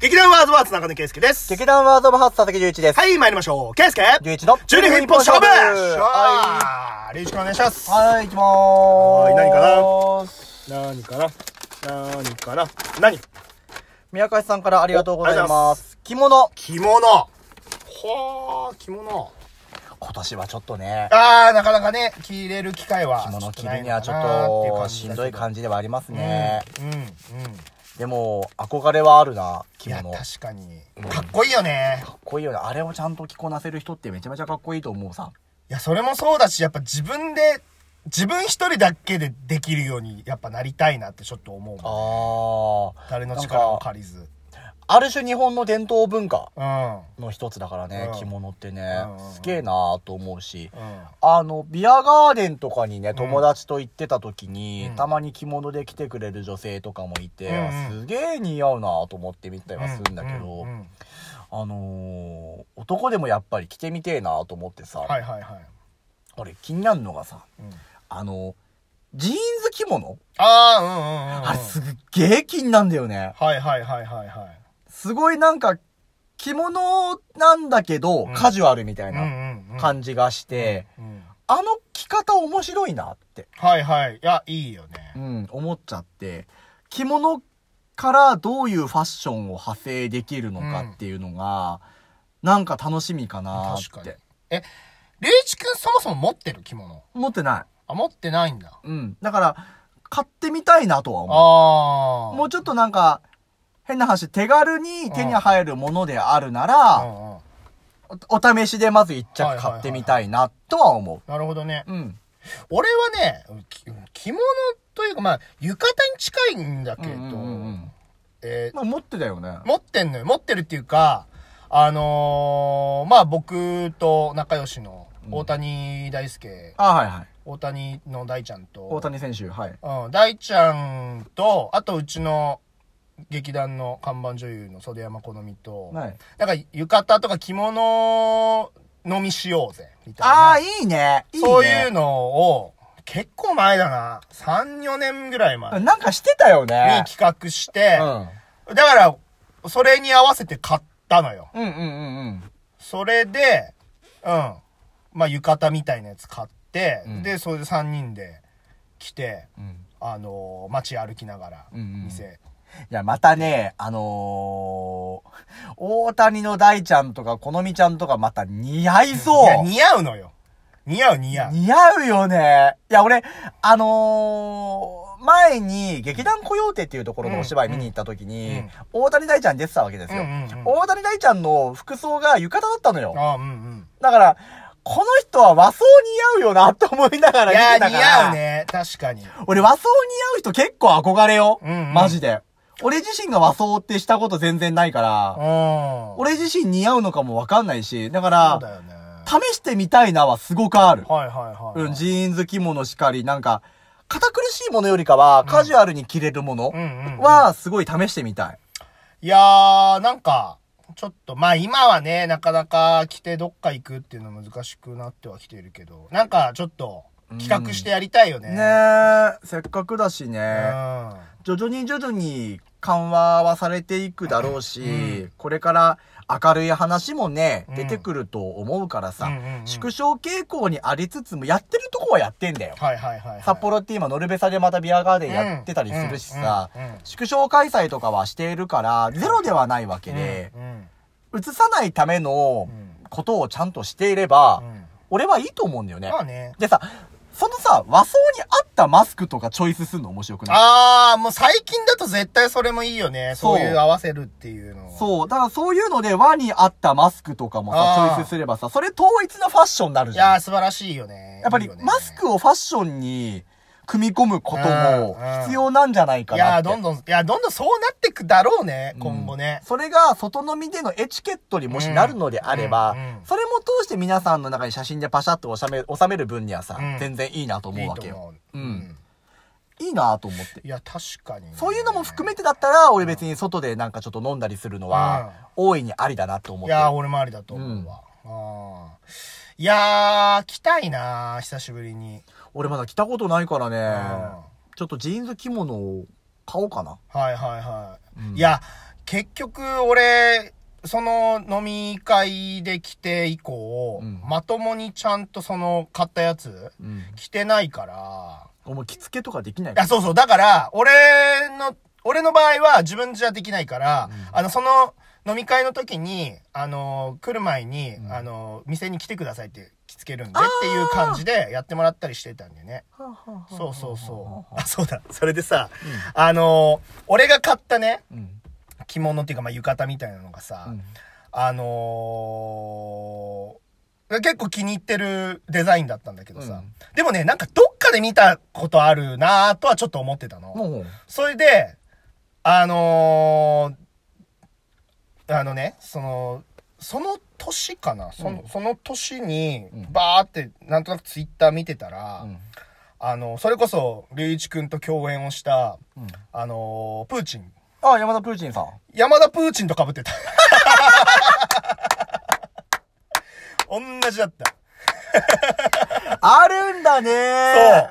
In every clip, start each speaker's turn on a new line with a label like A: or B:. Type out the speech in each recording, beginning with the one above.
A: 劇団ワーズワーズ中根圭介です。
B: 劇団ワードオブハーツ佐々木隆一です。
A: はい、参りましょう。圭介
B: 隆一の
A: 12分一本勝負
B: は
A: あー、リュウジ君お願いします。
B: い。はい、行きまーす。
A: はい何
B: かな
A: 何かな何かな何
B: 宮川さんからありがとうござ
A: お
B: い
A: ありがとうござい
B: ま。
A: ます
B: 着物。
A: 着物。はあ、着物。
B: 今年はちょっとね、
A: あー、なかなかね、着れる機会は
B: 着物着
A: 少な
B: る
A: い
B: に
A: の
B: は
A: か
B: ちょ
A: なっていう
B: っと
A: 感
B: し
A: じ
B: ん
A: だけど
B: どい感じではあります
A: うん
B: ね。
A: うん、うん。
B: でも、憧れはあるな、着
A: いや、
B: 物。
A: 確
B: か
A: かに。かっこいいよね。
B: っこいいよね。あれをちゃんと着こなせる人ってめちゃめちゃかっこいいと思うさ。
A: いや、それもそうだし、やっぱ自分で、自分一人だけでできるように、やっぱなりたいなってちょっと思うもん。
B: あー。
A: 誰の力
B: なん
A: を
B: か
A: 借りず。
B: ある種日本の伝統文化
A: うん。うん。
B: の一つだからね、
A: うん
B: 着物ってね
A: うんうんう。ん
B: すげえなーと思うし。あの、ビアガーデンとかにね、友達と行ってた時に、
A: うん
B: たまに着物で来てくれる女性とかもいて、
A: うんうん
B: すげえ似合うなと思って見たりはするんだけ
A: う
B: ど、
A: うん
B: あのー男でもやっぱり着てみてえなと思ってさ、
A: はいはいはい。
B: 俺気になるのがさ、
A: うん
B: あの、ジーンズ着物、
A: ああ、うんうんうんうん。
B: あれすっげえ気になんだよね。
A: はいはいはいはいはい。
B: すごいなんか、着物なんだけど、
A: ん
B: カジュアルみたい
A: うん
B: な
A: うんうん。
B: 感じがして、
A: うん
B: あの着方面白いなって。
A: はいはい。いや、いいよ
B: う
A: ね。
B: ん、思っちゃって、着物からどういうファッションを派生できるのかっていうのが、なんか楽しみかな
A: 確か
B: っ
A: に
B: て。。
A: え、りゅういちくんそもそも持ってる着物
B: 思ってな
A: あ、持ってないんだ。
B: い。うん。だから、買ってみたいなとは思
A: あ
B: う。
A: あ。
B: もうちょっとなんか、変な話、手軽に手に入るものであるなら、
A: うんうん
B: おお試しでまず一着買ってみたいなとは思
A: なるほどね。
B: う。うん。
A: 俺はね、き着物というか、まあ、浴衣に近いんだけ
B: うんうんうんう
A: ど
B: ん、
A: えー
B: まあ持ってたよね。
A: 持ってんのよ。持ってるっていうか、あのーまあ僕と仲良しの大谷大輔、
B: あ、はいはい。
A: 大谷の大ちゃんと、
B: 大谷選手、はい。
A: うん、大ちゃんと、あとうちの劇団の看板女優の袖山好美と、
B: はい。
A: なんか浴衣とか着物飲みしようぜ、みたいな。
B: ああ、いいね。いいね。
A: そういうのを、結構前だな。3、4年ぐらい前に
B: なんかしてたよね。
A: 企画して、
B: うん。
A: だから、それに合わせて買ったのよ。
B: うんうんうんうん。
A: それで、うん。まあ浴衣みたいなやつ買って、
B: うん
A: で、それで3人で来て、
B: うん
A: あのー街歩きながら、
B: うんうん
A: 店、
B: いや、またね、あのー、大谷の大ちゃんとか、好みちゃんとかまた似合い
A: い
B: そ
A: や、
B: う。
A: 似合うのよ。似合う似合う。
B: 似合うよね。いや、俺、あのー、前に劇団コヨーテっていうところのお芝居見に行った時に、
A: うん
B: 大谷大ちゃん出てたわけですよ。
A: うんうんうん
B: 大谷大ちゃんの服装が浴衣だったのよ。
A: ああ、うん
B: だから、この人は和装似合うよなって思いなが
A: うん。い
B: ら見
A: や
B: てたか
A: ー、
B: ら。
A: 似合うね。確かに。
B: 俺和装似合う人結構憧れよ。
A: うんうん
B: マジで。俺自身が和装ってしたこと全然ないから、
A: うん。
B: 俺自身似合うのかもわかんないし、だか
A: そう
B: ら、
A: だよね。
B: 試してみたいなはすごくある。
A: はいはいはい。
B: うん、ジーンズ着物しかり、なんか、堅苦しいものよりかは、カジュアルに着れるもの
A: うんうんうん
B: は、すごい試してみたい。
A: いやー、なんか、ちょっと、まあ今はね、なかなか来てどっか行くっていうのは難しくなってはきてるけど、なんかちょっと企画してやりたいよね。
B: ねえ、せっかくだし
A: う
B: ね。
A: ん。
B: 徐々に徐々に緩和はされていくだろうし、
A: うん
B: これから明るい話もね、
A: うん
B: 出てくると思うからさ、
A: うんうんうん
B: 縮小傾向にありつつも、やってるとこはやってんだよ。
A: はいはいはい、はい。
B: 札幌って今、ノルベサでまたビアガーデンやってたりするしさ、
A: うんうんうんうん
B: 縮小開催とかはしているから、ゼロではないわけで、
A: うんうん
B: 移さないための
A: うん
B: ことをちゃんとしていれば、
A: うん
B: 俺はいいと思うんだよね
A: ま。あね。
B: でさ、そのさ、和装に合ったマスクとかチョイスするの面白くない
A: あー、もう最近だと絶対それもいいよね。そう
B: そ
A: ういう合わせるっていうのは
B: そう。だからそういうので和に合ったマスクとかも
A: あ
B: さ
A: ー、
B: チョイスすればさ、それ統一なファッションになる
A: い
B: じゃん。
A: や
B: や
A: ー、素晴らしいよね。
B: っぱり
A: いいよね
B: マスクをファッションに組み込むことも
A: うんうん
B: 必要なんじゃないか
A: いや
B: な
A: ー、
B: って。
A: どんどん、いや、どんどんそうなってくだろうね、
B: うん
A: 今後ね。
B: それが外飲みでのエチケットにもしなるのであれば、
A: うんうんうん
B: それも通して皆さんの中に写真でパシャッと収め収める分にはさ、
A: うん
B: 全然いいなと思
A: いうい
B: わ
A: と
B: けよ。
A: 思う。
B: うんいいなと思って。
A: いや、確かにね、
B: そういうのも含めてだったら、俺別に外でなんかちょっと飲んだりするのは、大いにありだなと思っ
A: い
B: てる。
A: やー、俺もありだと思うわ。あーいやー、来たいなー、久しぶりに。
B: 俺まだ着たことないからね、
A: うん
B: ちょっとジーンズ着物を買おうかな。
A: はいはいはい。
B: うん
A: いや、結局俺、その飲み会で来て以降、
B: うん
A: まともにちゃんとその買ったやつ
B: うん。
A: 着てないから、
B: お前着付けとかできない
A: いや、そうそう。だから、俺の、俺の場合は自分じゃできないから、あの、その飲み会の時に、あの、来る前に、
B: うん
A: あの、店に来てくださいって着付けるんでっていう感じでやってもらったりしてたんだよね。そうそうそう。あ、そうだ。それでさ、あの、俺が買ったね、
B: う。うん。
A: 着物っていうか、まあ、浴衣みたいなのがさ、
B: うん
A: あのー結構気に入ってるデザインだったんだけどさ、
B: うん
A: でもね、なんかどっかで見たことあるなぁとはちょっと思ってたの。
B: もう、
A: それで、あのーあのね、その、その年かな、その,、
B: うん
A: その年に
B: う、ん
A: バーって、なんとなくツイッター見てたら、
B: うん
A: あの、それこそ、隆一くんと共演をした、
B: うん
A: あのープーチン。
B: あ、山田プーチンさん。
A: 山田プーチンと被って た。同じだった。
B: あるんだね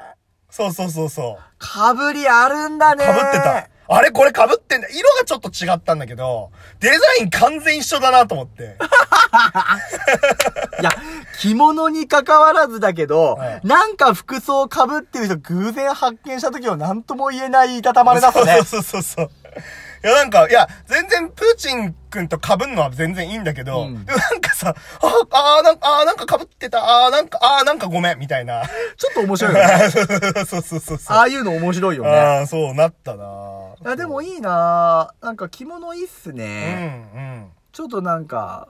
A: そう。そうそうそうそう。
B: かぶりあるんだね
A: 被ってた。あれこれ被ってんだ。色がちょっと違ったんだけど、デザイン完全一緒だなと思って。
B: いや、着物に関わらずだけど、
A: は
B: なんか服装被ってる人偶然発見した時は何とも言えないいたたまれだった
A: そ
B: ね。
A: うそうそうそう。いや、なんか、いや、全然プーチン君と被んのは全然いいんだけど、
B: うん
A: でもなんかさ、あ、あーなんか、あーなんか被ってた、あーなんか、あーなんかごめん、みたいな。
B: ちょっと面白いよ ね。
A: そうそうそうそう。
B: ああいうの面白いよね。
A: ああ、そうなったな
B: あでも
A: い。
B: いいなぁなんか着物いいっす
A: うん、
B: ね。
A: うん。
B: ちょっとなんか、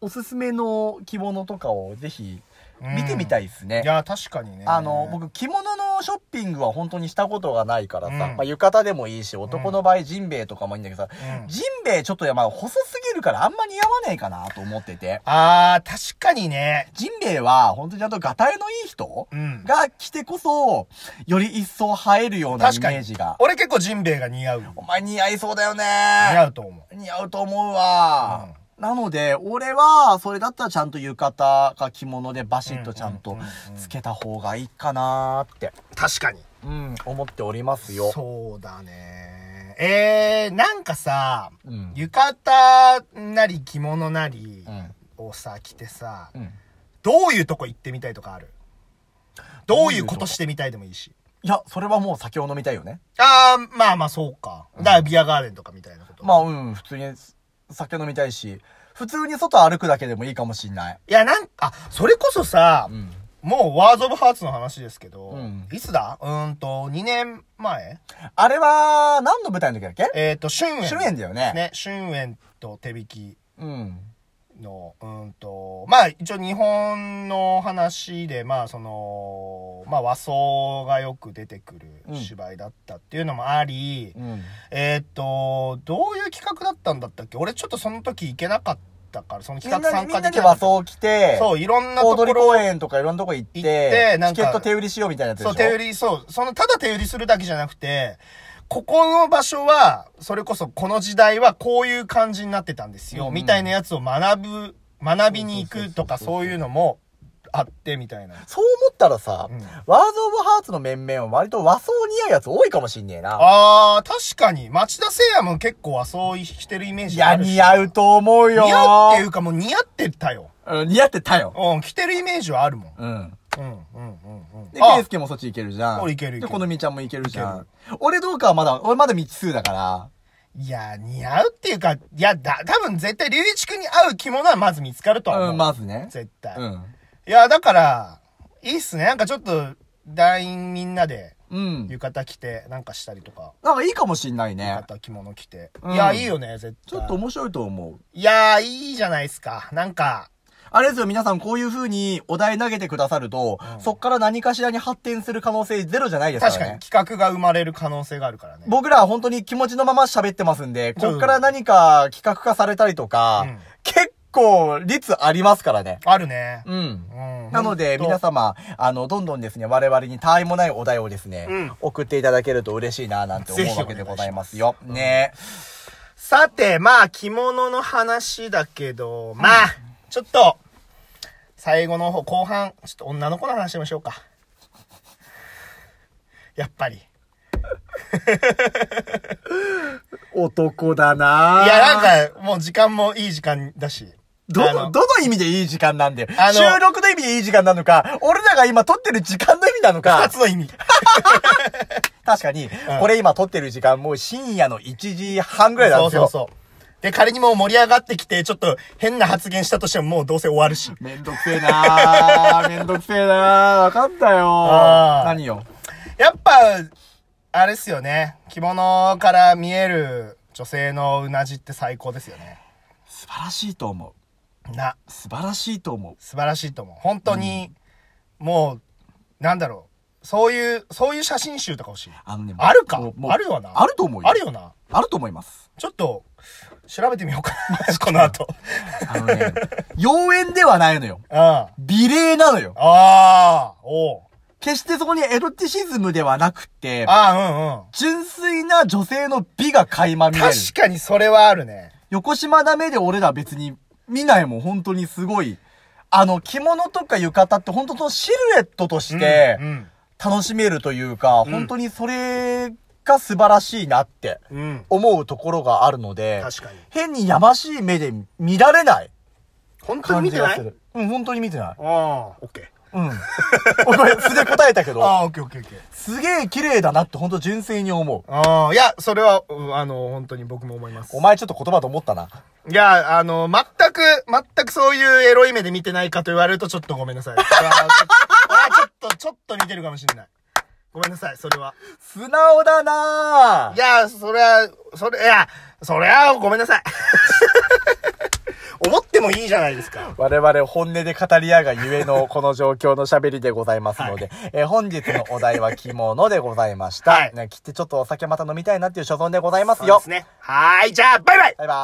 B: おすすめの着物とかをぜひ
A: うん
B: 見てみたいですね。
A: いや、確かにね。
B: あの、僕、着物のショッピングは本当にしたことがないからさ、
A: うん
B: まあ、浴衣でもいいし、男の場合、ジンベエとかもいいんだけどさ、
A: うん
B: ジンベエちょっとやまあ細すぎるからあんま似合わないかなと思ってて、
A: ああ、確かにね。
B: ジンベエは本当にちゃんとガタイのいい人
A: うん。
B: が着てこそ、より一層映えるようなイ
A: 確
B: メ
A: かに
B: ージが。
A: 俺結構ジンベエが似合う。似
B: お前似合いそうだよね
A: 合うと思
B: 似合うと思うわ、なので、俺は、それだったらちゃんと浴衣か着物でバシッとちゃん
A: うん
B: と
A: うんうんうん
B: つけた方がいいかなーって、
A: う。確かに。
B: うん、思っておりますよ。
A: そうだね。えー、なんかさ、
B: うん
A: 浴衣なり着物なり
B: うん
A: をさ、着てさ、
B: うん
A: どういうとこ行ってみたいとかあるどういうことしてみたいでもいいし。
B: いや、それはもう酒を飲みたいよね。
A: あー、まあまあそうか。だからビアガーデンとかみたいなこと。
B: まあうん、普通に酒飲みたいし、普通に外歩くだけでもいいかもしんない。
A: いや、なんか、あそれこそさ、
B: うん。
A: もうワーズ・オブ・ハーツの話ですけど、
B: うん
A: いつだうーんと、2年前
B: あれは、何の舞台の時だっけ
A: えっ、と、春園。
B: 主演だよね。
A: ね、春園と手引き
B: うん。
A: の、うーんと、まあ一応日本の話で、まあその、まあ和装がよく出てく
B: うん
A: る芝居だったっていうのもあり、
B: うん。
A: えっ、と、どういう企画だったんだったっけ俺ちょっとその時行けなかったから、その
B: みん
A: 企画参
B: なで、みん
A: 加
B: な
A: でき
B: で
A: なか
B: 和
A: った
B: 装着て、
A: そう、いろんな
B: 大
A: とこ
B: 通
A: ろ
B: 公園とかいろんなとこ行って、
A: 行ってなん
B: チ
A: か
B: ケット手売りしようみたいなやつでしょ
A: そう、手売
B: り。
A: り、そう、その、ただ手売りするだけじゃなくて、ここの場所は、それこそこの時代はこういう感じになってたんですよ、
B: うんうん
A: みたいなやつを学ぶ、学びに行くとか
B: そうそうそうそ
A: そ
B: う
A: ういうのもあって、みたいな。
B: そう思ったらさ、
A: うん
B: ワーズ・オブ・ハーツの面々は割と和装似合うやつ多いかもしんねえな。
A: あー、確かに、町田聖也も結構はそうしてるイメー
B: い
A: ジ
B: や、
A: あるし
B: 似合うと思うよ。
A: 似合うっていうかもう似合ってたよ。
B: うん、似合ってたよ。
A: うん、着てるイメージはあるもん。
B: うん。
A: うん、うん、うん、うん。
B: で、
A: あ
B: ケイスケもそっち行けるじゃん。
A: 俺行ける行ける
B: で、このみちゃんも行けるじゃ
A: 行
B: ん。俺どうかはまだ、俺まだ未知数だから。
A: いや、似合うっていうか、いや、だ、多分絶対、隆一君に合う着物はまず見つかるとは思う。
B: うん、まずね。
A: 絶対。
B: うん。
A: いや、だから、いいっすね。なんかちょっと、団員みんなで、
B: うん。
A: 浴衣着て、なんかしたりとか、
B: なんかいいかもしんないね
A: 浴。衣着物着て。
B: うん
A: いや、いいよね、絶
B: ち
A: 対。
B: ょっと、面白いと思う。
A: いやー、いいじゃないですか。なんか、
B: あれですよ、皆さんこういう風にお題投げてくださると、
A: うん
B: そっから何かしらに発展する可能性ゼロじゃないですから
A: 確
B: ね。
A: かに企画が生まれる可能性があるからね。
B: 僕らは本当に気持ちのまま喋ってますんで、
A: そう
B: こっから何か企画化されたりとか、
A: うん
B: 結構率ありますからね。
A: あるね。
B: うん。
A: うん。
B: なので、皆
A: ん。
B: 様、あの、どんどんですね、我々に他愛もないお題をですね、
A: うん
B: 送っていただけると嬉しいな、なんて思
A: ぜ
B: う
A: ひ
B: わけでございますよ。ね
A: さて、まあ、着物の話だけど、まあ、ちょっと、最後の方、後半、ちょっと女の子の話しましょうか。やっぱり。
B: 男だない
A: や、なんか、もう時間もいい時間だし。
B: ど
A: あ
B: の、
A: の
B: どの意味でいい時間なんだよ
A: あ。の
B: 収録の意味でいい時間なのか、俺らが今撮ってる時間の意味なの
A: 二
B: か
A: つ、の意味。
B: 確かに、これ今撮ってる時間もう深夜の1時半ぐらいなん
A: そう
B: です
A: そ
B: よ。
A: うそう。で、仮にもう盛り上がってきて、ちょっと変な発言したとしてももうどうせ終わるし。
B: めんどくせえ なーめんどくせえなーわかったよ
A: あー
B: ー何よ。
A: やっぱ、あれっすよね。着物から見える女性のうなじって最高ですよね。
B: 素晴らしいと思う。
A: な、
B: 素晴らしいと思う。
A: 素晴らしいと思う。本当に、もう、なんだろう。そういう、そういう写真集とか欲しい。
B: あのね、
A: あるか
B: もう
A: あるよな
B: あると思うよ。
A: あるよな。
B: あると思います。
A: ちょっと、調べてみようかな。この後。
B: あのね、 妖艶ではないのよ。
A: うん。あ
B: 美麗なのよ。
A: あー、おう。
B: 決してそこにエロティシズムではなくて、
A: あ
B: 純粋な女性の美が垣間
A: あ、うんう
B: 見
A: ん。
B: える
A: 確。かにそれはあるね。
B: 横島ダメで俺ら別に見ないもん、本当にすごい。あの、着物とか浴衣って本当そのシルエットとして
A: うんうん
B: 楽しめるというか、本当にそれが素晴らしいなって
A: うん。
B: 思うところがあるので、
A: 確かに
B: 変にやましい目で見られない
A: 本当に
B: 感
A: 見
B: じ
A: て
B: が
A: な
B: す
A: い
B: る。うん、本当に見てない。
A: ああ、オッケ
B: うん。お前素で答えたけ
A: ー。
B: ど、
A: ああ、オッケーオッケーオッケー。
B: すげえ綺麗だなって本当純粋に思う。
A: ああ、いや、それは、うんあの、本当に僕も思います。
B: お前ちょっと言葉と思ったな。
A: いや、あの、全く、全くそういうエロい目で見てないかと言われるとちょっとご めんなさい。ああ、ちょっと、ちょっと似てるかもしれない。ごめんなさい、それ は。
B: 素直だない
A: や、それは、それ、いや、それはごめんなさ い。思ってもいいじゃないですか。
B: 我々本音で語り合うがゆえのこの状況の喋りでございますので、えー本日のお題は着物でございました。
A: はい
B: ね、切ってちょっとお酒また飲みたいなっていう所存でございます
A: そうで
B: よ。
A: すね。はーい、じゃあ、バイバイ
B: バイバイ。